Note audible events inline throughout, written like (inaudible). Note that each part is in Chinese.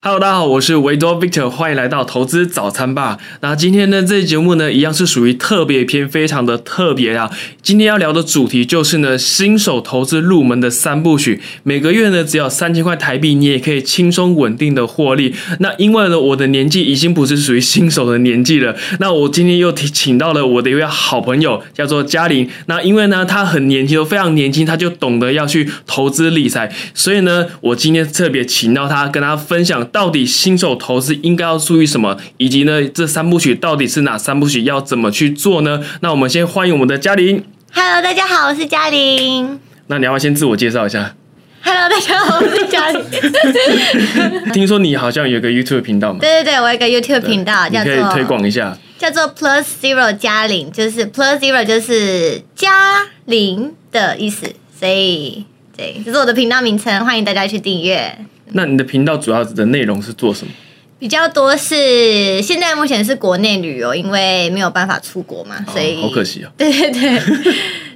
Hello，大家好，我是维多 Victor，欢迎来到投资早餐吧。那今天呢，这期节目呢，一样是属于特别篇，非常的特别啊。今天要聊的主题就是呢，新手投资入门的三部曲。每个月呢，只要三千块台币，你也可以轻松稳定的获利。那因为呢，我的年纪已经不是属于新手的年纪了。 (laughs) 那我今天又提请到了我的一位好朋友，叫做嘉玲。那因为呢，她很年轻，都非常年轻，她就懂得要去投资理财，所以呢，我今天特别请到她，跟她分享到底新手投资应该要注意什么，以及呢，这三部曲到底是哪三部曲，要怎么去做呢？那我们先欢迎我们的嘉玲。 Hello，大家好，我是嘉玲。那你要不要先自我介绍一 (laughs) 下？ Hello，大家好，我是嘉 (laughs) 玲。对听说你好像有个 YouTube 频道嘛，对对，我有一个 YouTube 频道你叫可以推做广一下。叫做 Plus Zero 嘉玲，就是 Plus Zero 就是嘉玲的意思，所以对，这是我的频道名称，欢迎大家去订阅。那你的频道主要的内容是做什么？比较多是现在目前是国内旅游，因为没有办法出国嘛，所以、哦好可 (laughs) 惜哦。对对对，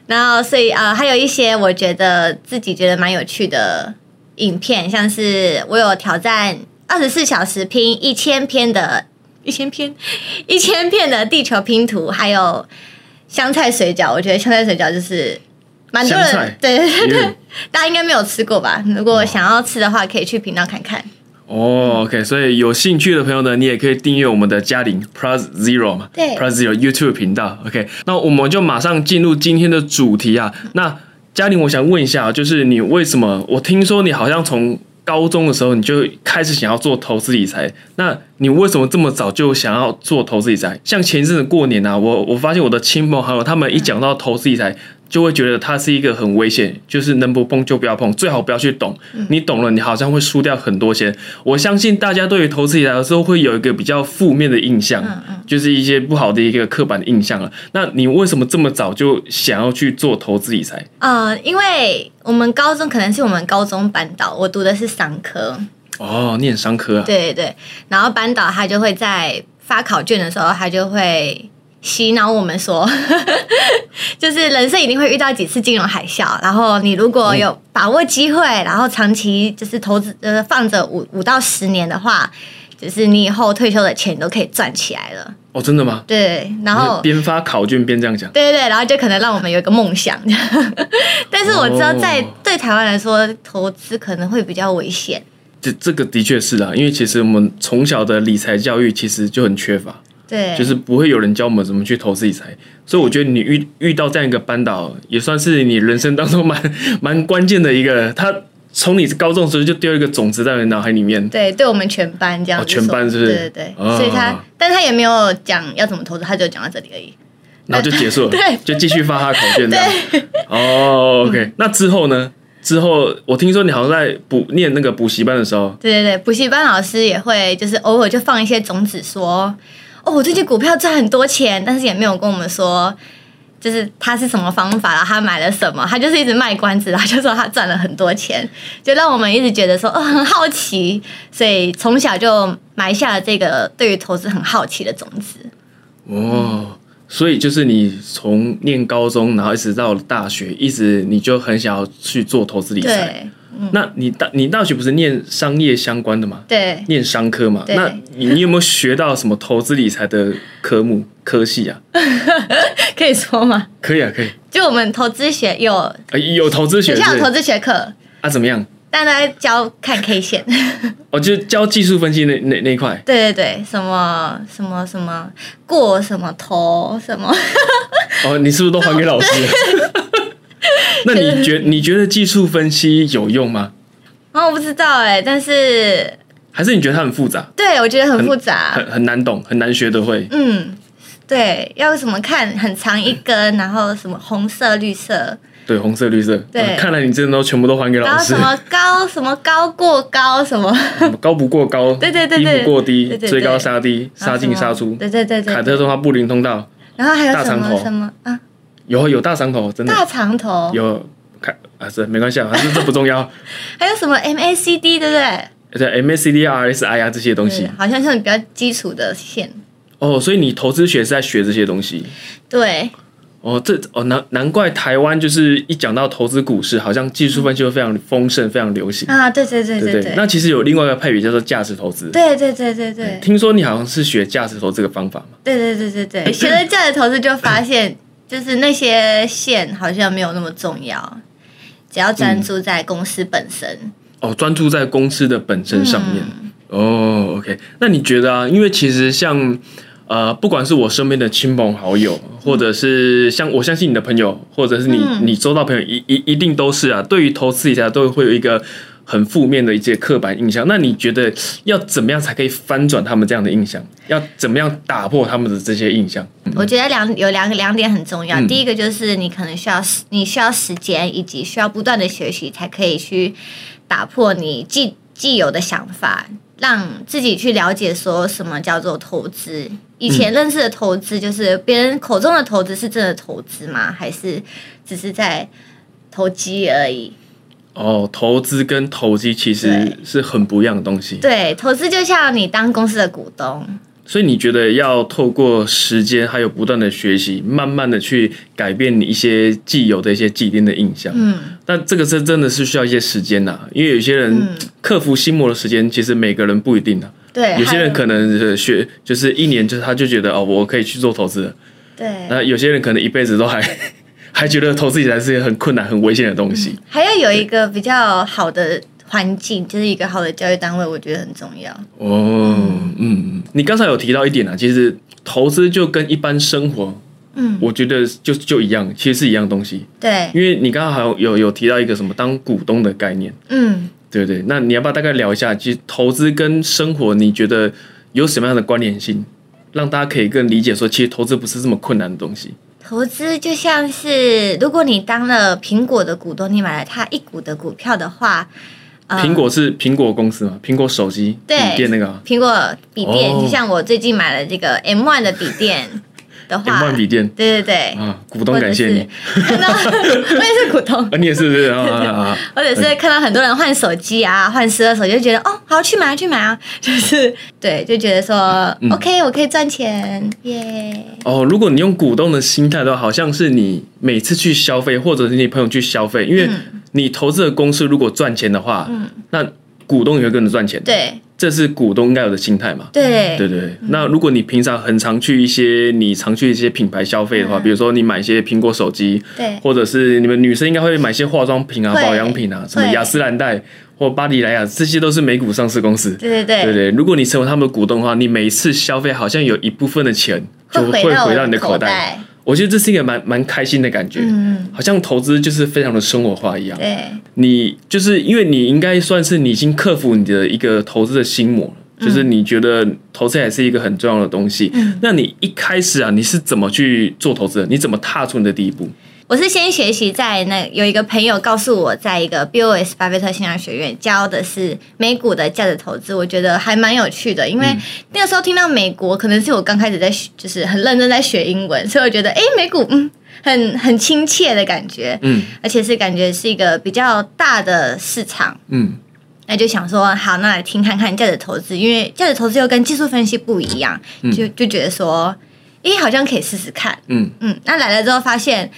然后所以呃，还有一些我觉得自己觉得蛮有趣的影片，像是我有挑战二十四小时拼一千篇的一千篇 (laughs) 一千片的地球拼图，还有香菜水饺。我觉得香菜水饺就是蛮多香人菜对对因对，为大家应该没有吃过吧？如果想要吃的话，可以去频道看看。哦，OK，所以有兴趣的朋友呢，你也可以订阅我们的嘉玲 Plus Zero 嘛，对，Plus Zero YouTube 频道。OK，那我们就马上进入今天的主题啊。那嘉玲，我想问一下，就是你为什么？我听说你好像从高中的时候你就开始想要做投资理财，那你为什么这么早就想要做投资理财？像前一阵子过年啊，我我发现我的亲朋好友他们一讲到投资理财，就会觉得它是一个很危险，就是能不碰就不要碰，最好不要去懂。你懂了，你好像会输掉很多钱。我相信大家对于投资理财的时候会有一个比较负面的印象，就是一些不好的一个刻板的印象了。那你为什么这么早就想要去做投资理财？呃，因为我们高中可能是我们高中班导，我读的是商科，哦，念商科啊，对对对，然后班导他就会在发考卷的时候，他就会洗脑我们说， (laughs) 就是人生一定会遇到几次金融海啸，然后你如果有把握机会，然后长期就是投资呃放着五五到十年的话，就是你以后退休的钱都可以赚起来了。哦，真的吗？对，然你后。边发考卷边这样讲。对对对，然后就可能让我们有一个梦想， (laughs) 但是我知道在哦对台湾来说，投资可能会比较危险。这这个的确是啦、因为其实我们从小的理财教育其实就很缺乏，对，就是不会有人教我们怎么去投资理财，所以我觉得你遇遇到这样一个班导，也算是你人生当中蛮 (laughs) 蛮关键的一个，他从你高中的时候就丢一个种子在你的脑海里面。对，对我们全班这样哦子说、全班是不是对对对，哦所以他，但他也没有讲要怎么投资，他就讲到这里而已。然后就结束了 (laughs) 对，就继续发他的考卷这样。哦，OK，、那之后呢？之后我听说你好像在补念那个补习班的时候，对对对，补习班老师也会就是偶尔就放一些种子说，哦，我最近股票赚很多钱，但是也没有跟我们说。就是他是什么方法，然后他买了什么，他就是一直卖关子，然后就说他赚了很多钱，就让我们一直觉得说哦 (laughs) 很好奇，所以从小就埋下了这个对于投资很好奇的种子。哦，所以就是你从念高中，然后一直到大学，一直你就很想要去做投资理财。对嗯那你大你大学不是念商业相关的吗？对，念商科嘛？对那你你有没有学到什么投资理财的科目科系啊？可以说吗？可以啊，可以。就我们投资学有呃，有投资学学是校不有投是资学课，啊？怎么样？大家教看 K 线， (laughs) 哦，就是教技术分析那那那一块。对对对，什么什么什么过什么头什么，哦，你是不是都还给老师了？ (laughs) (laughs) 那你觉你觉得技术分析有用吗？然后我不知道哎、但是还是你觉得它很复杂，对我觉得很复杂，很很难懂，很难学得会？嗯，对，要什么看很长一根，然后什么红色绿色，对，红色、绿色。对呃看来你真的都全部都还给然老后师什。么高什么高过高什么， (laughs) 高不过高，对对对低对不过低对，对对追高杀低，杀进杀出。啊对对对对，卡特说他布林通道然后还有大什长么头什么啊有有大伤口，真的大长头，有看啊，这没关系啊，反正这不重要。 (laughs) 还有什么 MACD 对不对？对 MACD、RSI 啊这些东西对，好像是比较基础的线。哦，所以你投资学是在学这些东西对，哦，这哦难难怪台湾就是一讲到投资股市，好像技术分析会非常丰盛、非常流行，啊，对对对对对不对，那哎其实有另外一个派别叫做价值投资。对对对对对听说你好像是学价值投资这个方法嘛？对对对对哎对，学了价值投资就发现，就是那些线好像没有那么重要，只要专嗯注在公司本身。哦，专注在公司的本身上面。嗯哦，OK，那你觉得啊？因为其实像呃，不管是我身边的亲朋好友，或者是像我相信你的朋友，或者是你、嗯你周到朋友，一一一定都是啊，对于投资理财都会有一个很负面的一些刻板印象。那你觉得要怎么样才可以翻转他们这样的印象？要怎么样打破他们的这些印象？我觉得两有两个两点很重要，嗯第一个就是你可能需要时你需要时间，以及需要不断的学习，才可以去打破你既既有的想法，让自己去了解说什么叫做投资。以前认识的投资，就是别人口中的投资是真的投资吗？还是只是在投机而已？哦，投资跟投机其实对是很不一样的东西。对，投资就像你当公司的股东，所以你觉得要透过时间还有不断的学习，慢慢的去改变你一些既有的一些既定的印象。嗯，但这个是真的是需要一些时间呐、因为有些人嗯克服心魔的时间，其实每个人不一定啊。对，有些人还可能是学就是一年，就是他就觉得哦，我可以去做投资了。对，那有些人可能一辈子都还 (laughs) 还觉得投资理财是一个很困难、很危险的东西。还要有一个比较好的环境，就是一个好的教育单位，我觉得很重要。哦，嗯嗯，你刚才有提到一点啊，其实投资就跟一般生活，嗯，我觉得就就一样，其实是一样东西。对，因为你刚刚好像有有提到一个什么当股东的概念，嗯，对不对？那你要不要大概聊一下，其实投资跟生活，你觉得有什么样的关联性，让大家可以更理解说，其实投资不是这么困难的东西。投资就像是如果你当了苹果的股东，你买了它一股的股票的话，呃苹果是苹果公司嘛，苹果手机对笔电那个、啊、苹果笔电，哦就像我最近买了这个 M One 的笔电 (laughs) 的话， M1 笔电对对对，啊，股或东者感谢你是，看到我也是股 (laughs) 东，啊，你也是不是啊啊啊啊？或者是看到很多人换手机啊，换十二手机就觉得哦，好去买啊，去买啊， (laughs) 就是对，就觉得说、嗯 OK，我可以赚钱，耶，哦，如果你用股东的心态的话，好像是你每次去消费，或者是你朋友去消费，因为嗯你投资的公司如果赚钱的话，那股东也会跟着赚钱。对这是股东应该有的心态嘛？对嗯对对对。那如果你平常很常去一些你常去一些品牌消费的话，比如说你买一些苹果手机，嗯对或者是你们女生应该会买一些化妆品啊、会保养品啊，什么会雅诗兰黛或巴黎莱雅，这些都是美股上市公司。对对对对，对，如果你成为他们的股东的话，你每一次消费好像有一部分的钱就会回回到我你的口口袋。，我觉得这是一个蛮蛮开心的感觉，嗯，好像投资就是非常的生活化一样。对你就是因为你应该算是你已经克服你的一个投资的心魔了，嗯就是你觉得投资还是一个很重要的东西。那你一开始啊，你是怎么去做投资的？你怎么踏出你的第一步？我是先学习在那有一个朋友告诉我，在一个 BOS 巴菲特信仰学院教的是美股的价值投资，我觉得还蛮有趣的。因为那个时候听到美国，可能是我刚开始在学，就是很认真在学英文，所以我觉得诶，美股嗯很很亲切的感觉，嗯而且是感觉是一个比较大的市场。嗯，那就想说，好，那来听看看价值投资，因为价值投资又跟技术分析不一样，就就觉得说，诶，好像可以试试看。嗯嗯，那来了之后发现，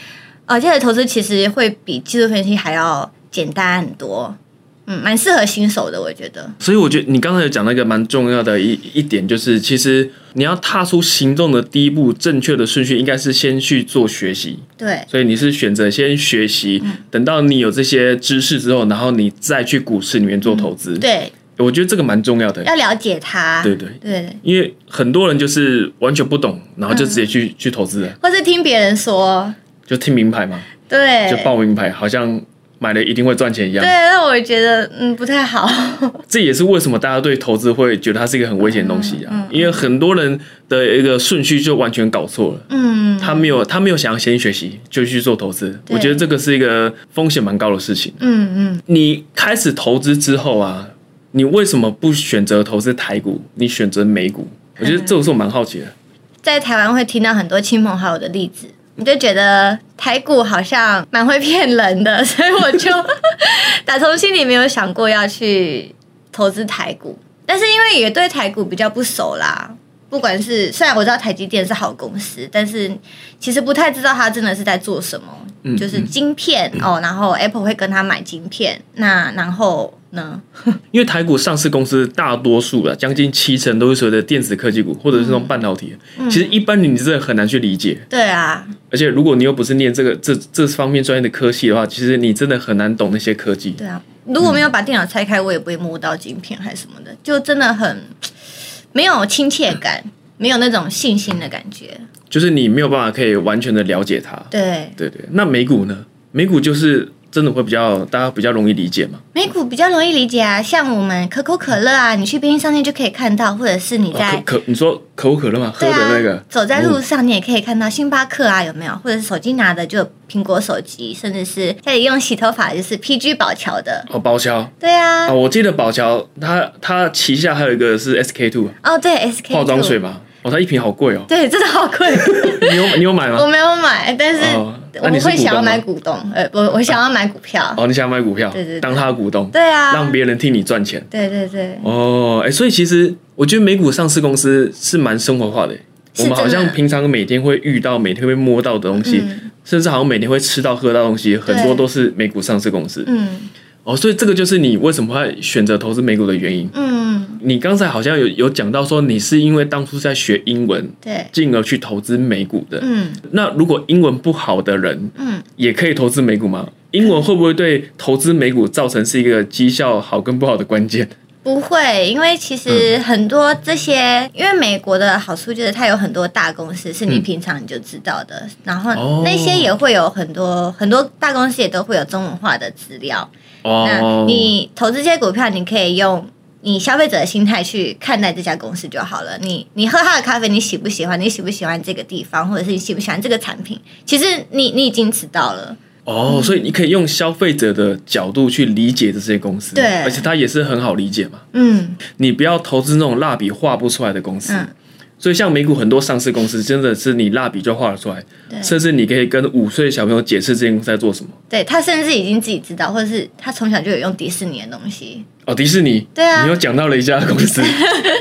呃，价值投资其实会比技术分析还要简单很多，嗯，蛮适合新手的，我觉得。所以我觉得你刚才有讲到一个蛮重要的一一点，就是其实你要踏出行动的第一步，正确的顺序应该是先去做学习。对所以你是选择先学习，等到你有这些知识之后，然后你再去股市里面做投资。对，我觉得这个蛮重要的。要了解它。对对对，因为很多人就是完全不懂，然后就直接去、去投资了，或是听别人说，就听名牌嘛，对就报名牌，好像买了一定会赚钱一样对，。那我觉得嗯不太好。 (laughs) 这也是为什么大家对投资会觉得它是一个很危险的东西啊，嗯因为很多人的一个顺序就完全搞错了。嗯，他没有，他没有想要先学习就去做投资，对我觉得这个是一个风险蛮高的事情。嗯嗯，你开始投资之后啊，你为什么不选择投资台股，你选择美股？我觉得这个是我蛮好奇的。嗯在台湾会听到很多亲朋好友的例子。你就觉得台股好像蛮会骗人的， (laughs) 所以我就打从心里没有想过要去投资台股，但是因为也对台股比较不熟啦，不不管是虽然我知道台积电是好公司，但是其实不太知道它真的是在做什么。就是晶片、哦，然后 Apple 会跟他买晶片，那然后呢？因为台股上市公司大多数啊，将近七成都是所谓的电子科技股或者是那嗯种半导体。其实一般你真的很难去理解，对啊，而且如果你又不是念这个这这方面专业的科系的话，其实你真的很难懂那些科技。对啊，如果没有把电脑拆开，我也不会摸到晶片还是什么嗯的，就真的很没有亲切感，没有那种信心的感觉。就是你没有办法可以完全的了解它。对，对对，那美股呢？美股就是真的会比较大家比较容易理解嘛。美股比较容易理解啊，像我们可口可乐啊，你去便利商店就可以看到，或者是你在、嗯哦可可，你说可口可乐嘛，喝对的啊，那个，嗯走在路上你也可以看到星巴克啊，有没有？或者是手机拿的就有苹果手机，甚至是家里用洗头发就是 PG 宝乔的。哦，包销对啊啊，，我记得宝乔它它旗下还有一个是 SK two 哦对，SK，化妆水，嘛，哦，它一瓶好贵哦对，真的好贵，你有你有买我吗？没有买，但是哦那我你是会股想要东吗买股东，呃，我 (laughs) 我想要买股票，哦，你想买股票，对对对当他的股东，对啊，让别人替你赚钱。对对对，哦，哎，所以其实我觉得美股上市公司是蛮生活化的。是我们好像真的平常每天会遇到、每天会摸到的东西，嗯甚至好像每天会吃到、喝到的东西，很多对都是美股上市公司。嗯哦，所以这个就是你为什么会选择投资美股的原因。嗯，你刚才好像有有讲到说，你是因为当初在学英文，对，进而去投资美股的。嗯那如果英文不好的人嗯。也可以投资美股吗？英文会不会对投资美股造成是一个绩效好跟不好的关键？不会，因为其实嗯很多这些，因为美国的好处就是它有很多大公司是你嗯平常你就知道的，然哦后那些也会有很多很多大公司也都会有中文化的资料。哦那你投资这些股票，你可以用你消费者的心态去看待这家公司就好了。你你喝它的咖啡，你喜不喜欢？你喜不喜欢这个地方，或者是你喜不喜欢这个产品？其实你你已经知道了，嗯哦，所以你可以用消费者的角度去理解这些公司，对而且它也是很好理解嘛。嗯你不要投资那种蜡笔画不出来的公司。嗯所以，像美股很多上市公司，真的是你蜡笔就画得出来，对甚至你可以跟五岁小朋友解释这间公司在做什么。对他甚至已经自己知道，或者是他从小就有用迪士尼的东西，哦，迪士尼，对啊你又讲到了一家公 (laughs) 司，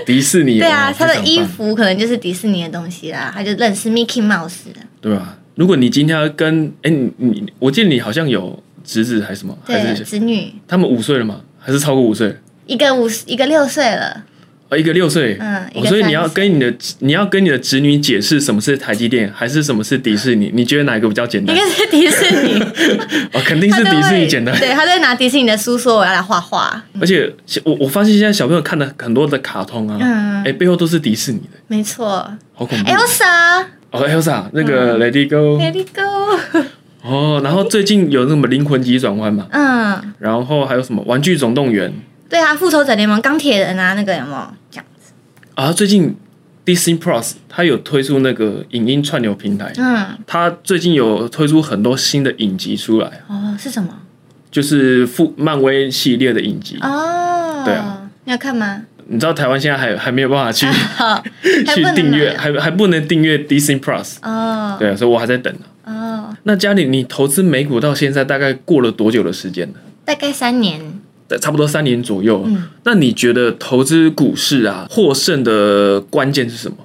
迪士尼，哦对啊，哇他的非衣，常棒服可能就是迪士尼的东西啦，他就认识 Mickey Mouse 的。对吧？如果你今天要跟，哎、你你，我记得你好像有侄子还是什么，还对， (laughs) 是子女他们五岁了吗？还是超过五岁？一个五十，一个六岁了。哦，一个六岁，嗯一哦个所以你要三岁跟你的你要跟你的侄女解释什么是台积电，还是什么是迪士尼？你觉得哪一个比较简一单？个是 (laughs) 迪士尼，哦，肯定他是都迪士尼会嗯简单。对，他在拿迪士尼的书说我要来画画，嗯而且我我发现现在小朋友看的很多的卡通啊，哎、嗯哎背后都是迪士尼的，没错。好恐怖。 Elsa, 哦，Elsa 那嗯个 Lady Go，、 let it go。哦，然后最近有那么灵魂急转弯嘛，嗯，然后还有什么玩具总动员对啊，复仇者联盟、钢铁人啊，那个有没有？这样，啊，最近 Disney Plus 它有推出那个影音串流平台，嗯，它最近有推出很多新的影集出来。哦，是什么？就是复漫威系列的影集。哦，对啊，你要看 (laughs) 吗？你知道台湾现在还还没有办法去、好， (laughs) 还去不能订阅，买啊还还不能订阅 Disney Plus。哦对啊，所以我还在等呢、哦，那嘉玲，你投资美股到现在大概过了多久的时间呢？大概三年。在差不多三年左右。嗯那你觉得投资股市啊，获胜的关键是什么？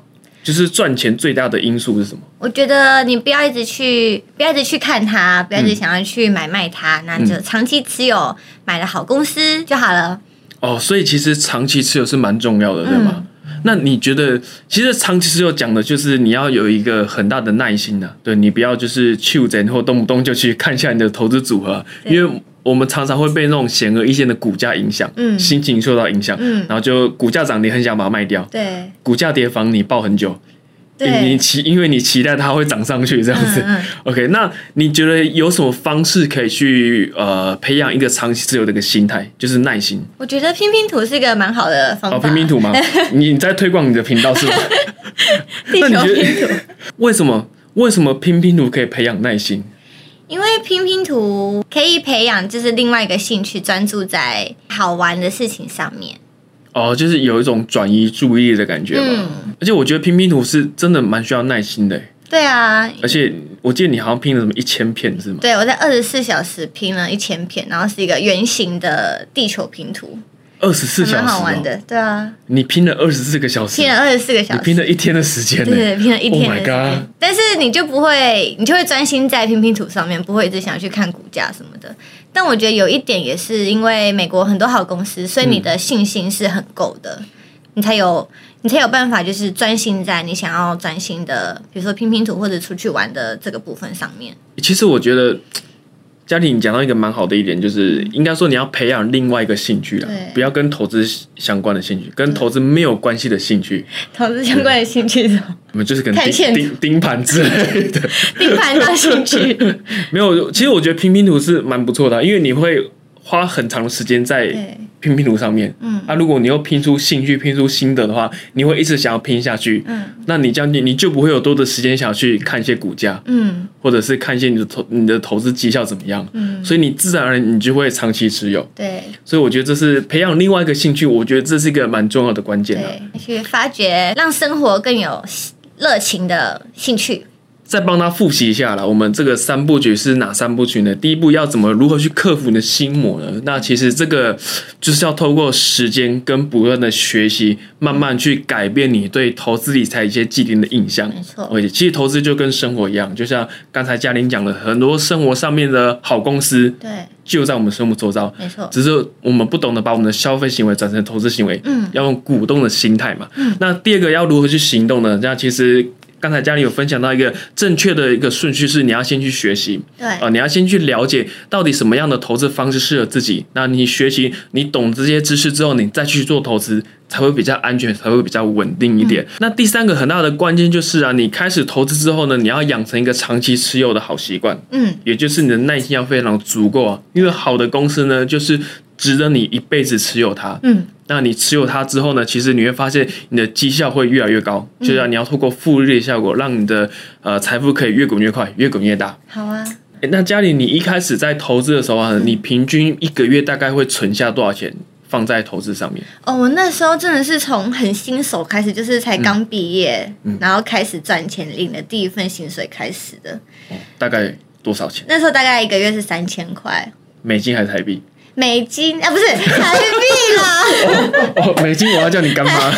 就是赚钱最大的因素是什么？我觉得你不要一直去，不要一直去看它，不要一直想要去买卖它，那你就长期持有买的好公司就好了。哦，所以其实长期持有是蛮重要的，对吗？嗯那你觉得，其实长期持有讲的就是你要有一个很大的耐心呐、对你不要就是去整后动不动就去看一下你的投资组合，啊对因为我们常常会被那种显而易见的股价影响，嗯心情受到影响，嗯然后就股价涨你很想把它卖掉，对股价跌防你抱很久，你你对，期因为你期待它会涨上去这样子。嗯嗯 (laughs) OK，那你觉得有什么方式可以去呃培养一个长期持有的一个心态，就是耐心？我觉得拼拼图是一个蛮好的方法。哦，拼拼图 (laughs) 吗？你你在推广你的频道是吗？地那你觉球拼，得为什么为什么拼拼图可以培养耐心？因为拼拼图可以培养就是另外一个兴趣，专注在好玩的事情上面。哦，就是有一种转移注意力的感觉吧。嗯而且我觉得拼拼图是真的蛮需要耐心的，欸对啊，而且我记得你好像拼了什么一千片是吗？对我在二十四小时拼了一千片，然后是一个圆形的地球拼图。二十四还小时、蛮哦，好玩的，对啊，你拼了二十四个小时，拼了二十四个小你时，拼了一天的时间呢、对，拼了一天 Oh 的 my 时间 god！但是你就不会，你就会专心在拼拼图上面，不会一直想去看股价什么的。但我觉得有一点也是因为美国很多好公司，所以你的信心是很够的，你才有你才有办法就是专心在你想要专心的，比如说拼拼图或者出去玩的这个部分上面。其实我觉得。嘉玲，你讲到一个蛮好的一点，就是应该说你要培养另外一个兴趣啦对，不要跟投资相关的兴趣，跟投资没有关系的兴趣，投资相关的兴趣是什么？ (laughs) 我们就是可能看盯线盯盯盘之类的。拼盘当兴 (laughs) 趣，没有，其实我觉得拼拼图是蛮不错的啊、因为你会花很长的时间在对拼拼图上面。嗯啊，如果你又拼出兴趣、拼出心得的话，你会一直想要拼下去。嗯那你这样，你你就不会有多的时间想要去看一些股价，嗯或者是看一些你的投你的投资绩效怎么样。嗯，所以你自然而然你就会长期持有。对所以我觉得这是培养另外一个兴趣，我觉得这是一个蛮重要的关键啊。对，去发掘让生活更有热情的兴趣。再帮他复习一下啦，我们这个三部曲是哪三部曲呢？第一步要怎么如何去克服你的心魔呢？那其实这个就是要透过时间跟不断的学习，慢慢去改变你对投资理财一些既定的印象。没错而且其实投资就跟生活一样，就像刚才嘉玲讲的，很多生活上面的好公司对，就在我们生活周遭。没错，只是我们不懂得把我们的消费行为转成投资行为，嗯，要用鼓动的心态嘛。嗯，那第二个要如何去行动呢？那其实刚才嘉玲有分享到一个正确的一个顺序是，你要先去学习，对啊、，你要先去了解到底什么样的投资方式适合自己。那你学习，你懂这些知识之后，你再去做投资，才会比较安全，才会比较稳定一点。那第三个很大的关键就是啊，你开始投资之后呢，你要养成一个长期持有的好习惯。嗯，也就是你的耐心要非常足够啊，因为好的公司呢，就是值得你一辈子持有它。嗯，那你持有它之后呢，其实你会发现你的绩效会越来越高，就是啊你要透过复利的效果，让你的呃财富可以越滚越快，越滚越大。好啊。诶那嘉玲，你一开始在投资的时候啊，你平均一个月大概会存下多少钱放在投资上面？哦，我那时候真的是从很新手开始，就是才刚毕业，然后开始赚钱，领的第一份薪水开始的。大概多少钱？那时候大概一个月是三千块美金还是台币？美金啊，不是台币啦，哦， (laughs) 美金我要叫你干 (laughs) 妈。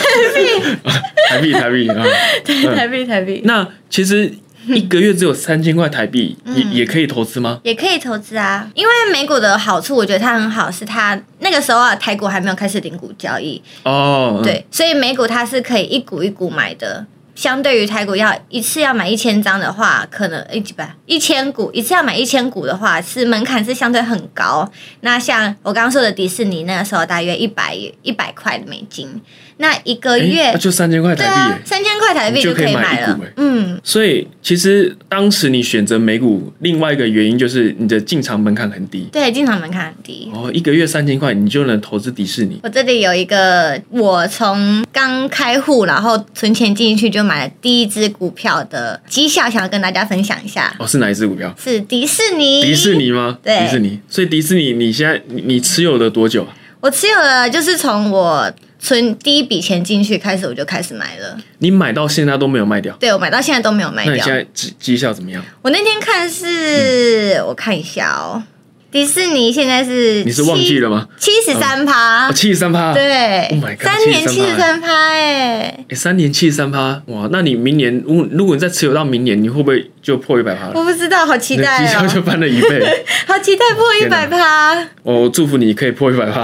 台币，台币，台币啊。对， (laughs) 台币台币那其实一个月只有三千块台币，嗯也也可以投资吗？也可以投资啊。因为美股的好处，我觉得它很好，是它那个时候啊，台股还没有开始零股交易，哦，嗯，对，所以美股它是可以一股一股买的。相对于台股要一次要买一千张的话，可能诶几百一千股一次要买一千股的话，是门槛是相对很高。那像我刚刚说的迪士尼，那个时候大约一百一百块美金，那一个诶月、那就三千块对台币啊耶。三千块台币你就可可以以买买一了股诶。嗯，所以其实当时你选择美股，另外一个原因就是你的进场门槛很低，对，进场门槛很低。哦，一个月三千块你就能投资迪士尼。我这里有一个，我从刚开户，然后存钱进去就买了第一只股票的绩效，想要跟大家分享一下。哦，是哪一只股票？是迪士尼。迪士，尼吗？对迪士尼。所以迪士尼，你现在你你持有了多久啊？我持有了，就是从我存第一笔钱进去开始，我就开始买了。你买到现在都没有卖掉，对我买到现在都没有卖那你掉现。在绩绩效怎么样？我那天看是，我看一下哦，迪士尼现在是嗯你是忘记了吗？七十三趴哦，，七十三趴。对 Oh my，god，三年七十73%三趴，哎，欸三年七十三趴，哇！那你明年，如如果你再持有到明年，你会不会就破一百趴了？我不知道，好期你的绩待效就哦，翻了一倍。 (laughs) 好期待破一天哪百趴。我祝福你可以破一百趴。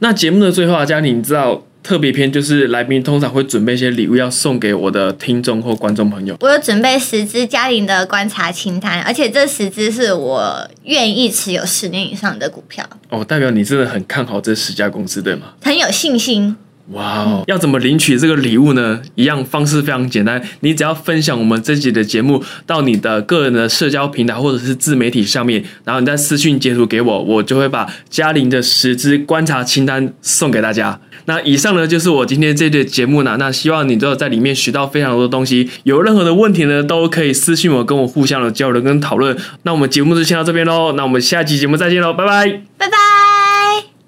那节目的最后啊，嘉玲，你知道特别篇就是来宾通常会准备一些礼物要送给我的听众或观众朋友。我有准备十支嘉玲的观察清单，而且这十支是我愿意持有十年以上的股票，哦，代表你真的很看好这十家公司，对吗？很有信心。哇哦！要怎么领取这个礼物呢？一样方式非常简单，你只要分享我们这集的节目到你的个人的社交平台或者是自媒体上面，然后你再私信截图给我，我就会把嘉玲的十支观察清单送给大家。那以上呢就是我今天这期节目呢，那希望你都有在里面学到非常多东西。有任何的问题呢，都可以私信我，跟我互相的交流跟讨论。那我们节目就先到这边喽，那我们下期节目再见喽，拜拜。拜拜，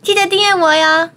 记得订阅我哟。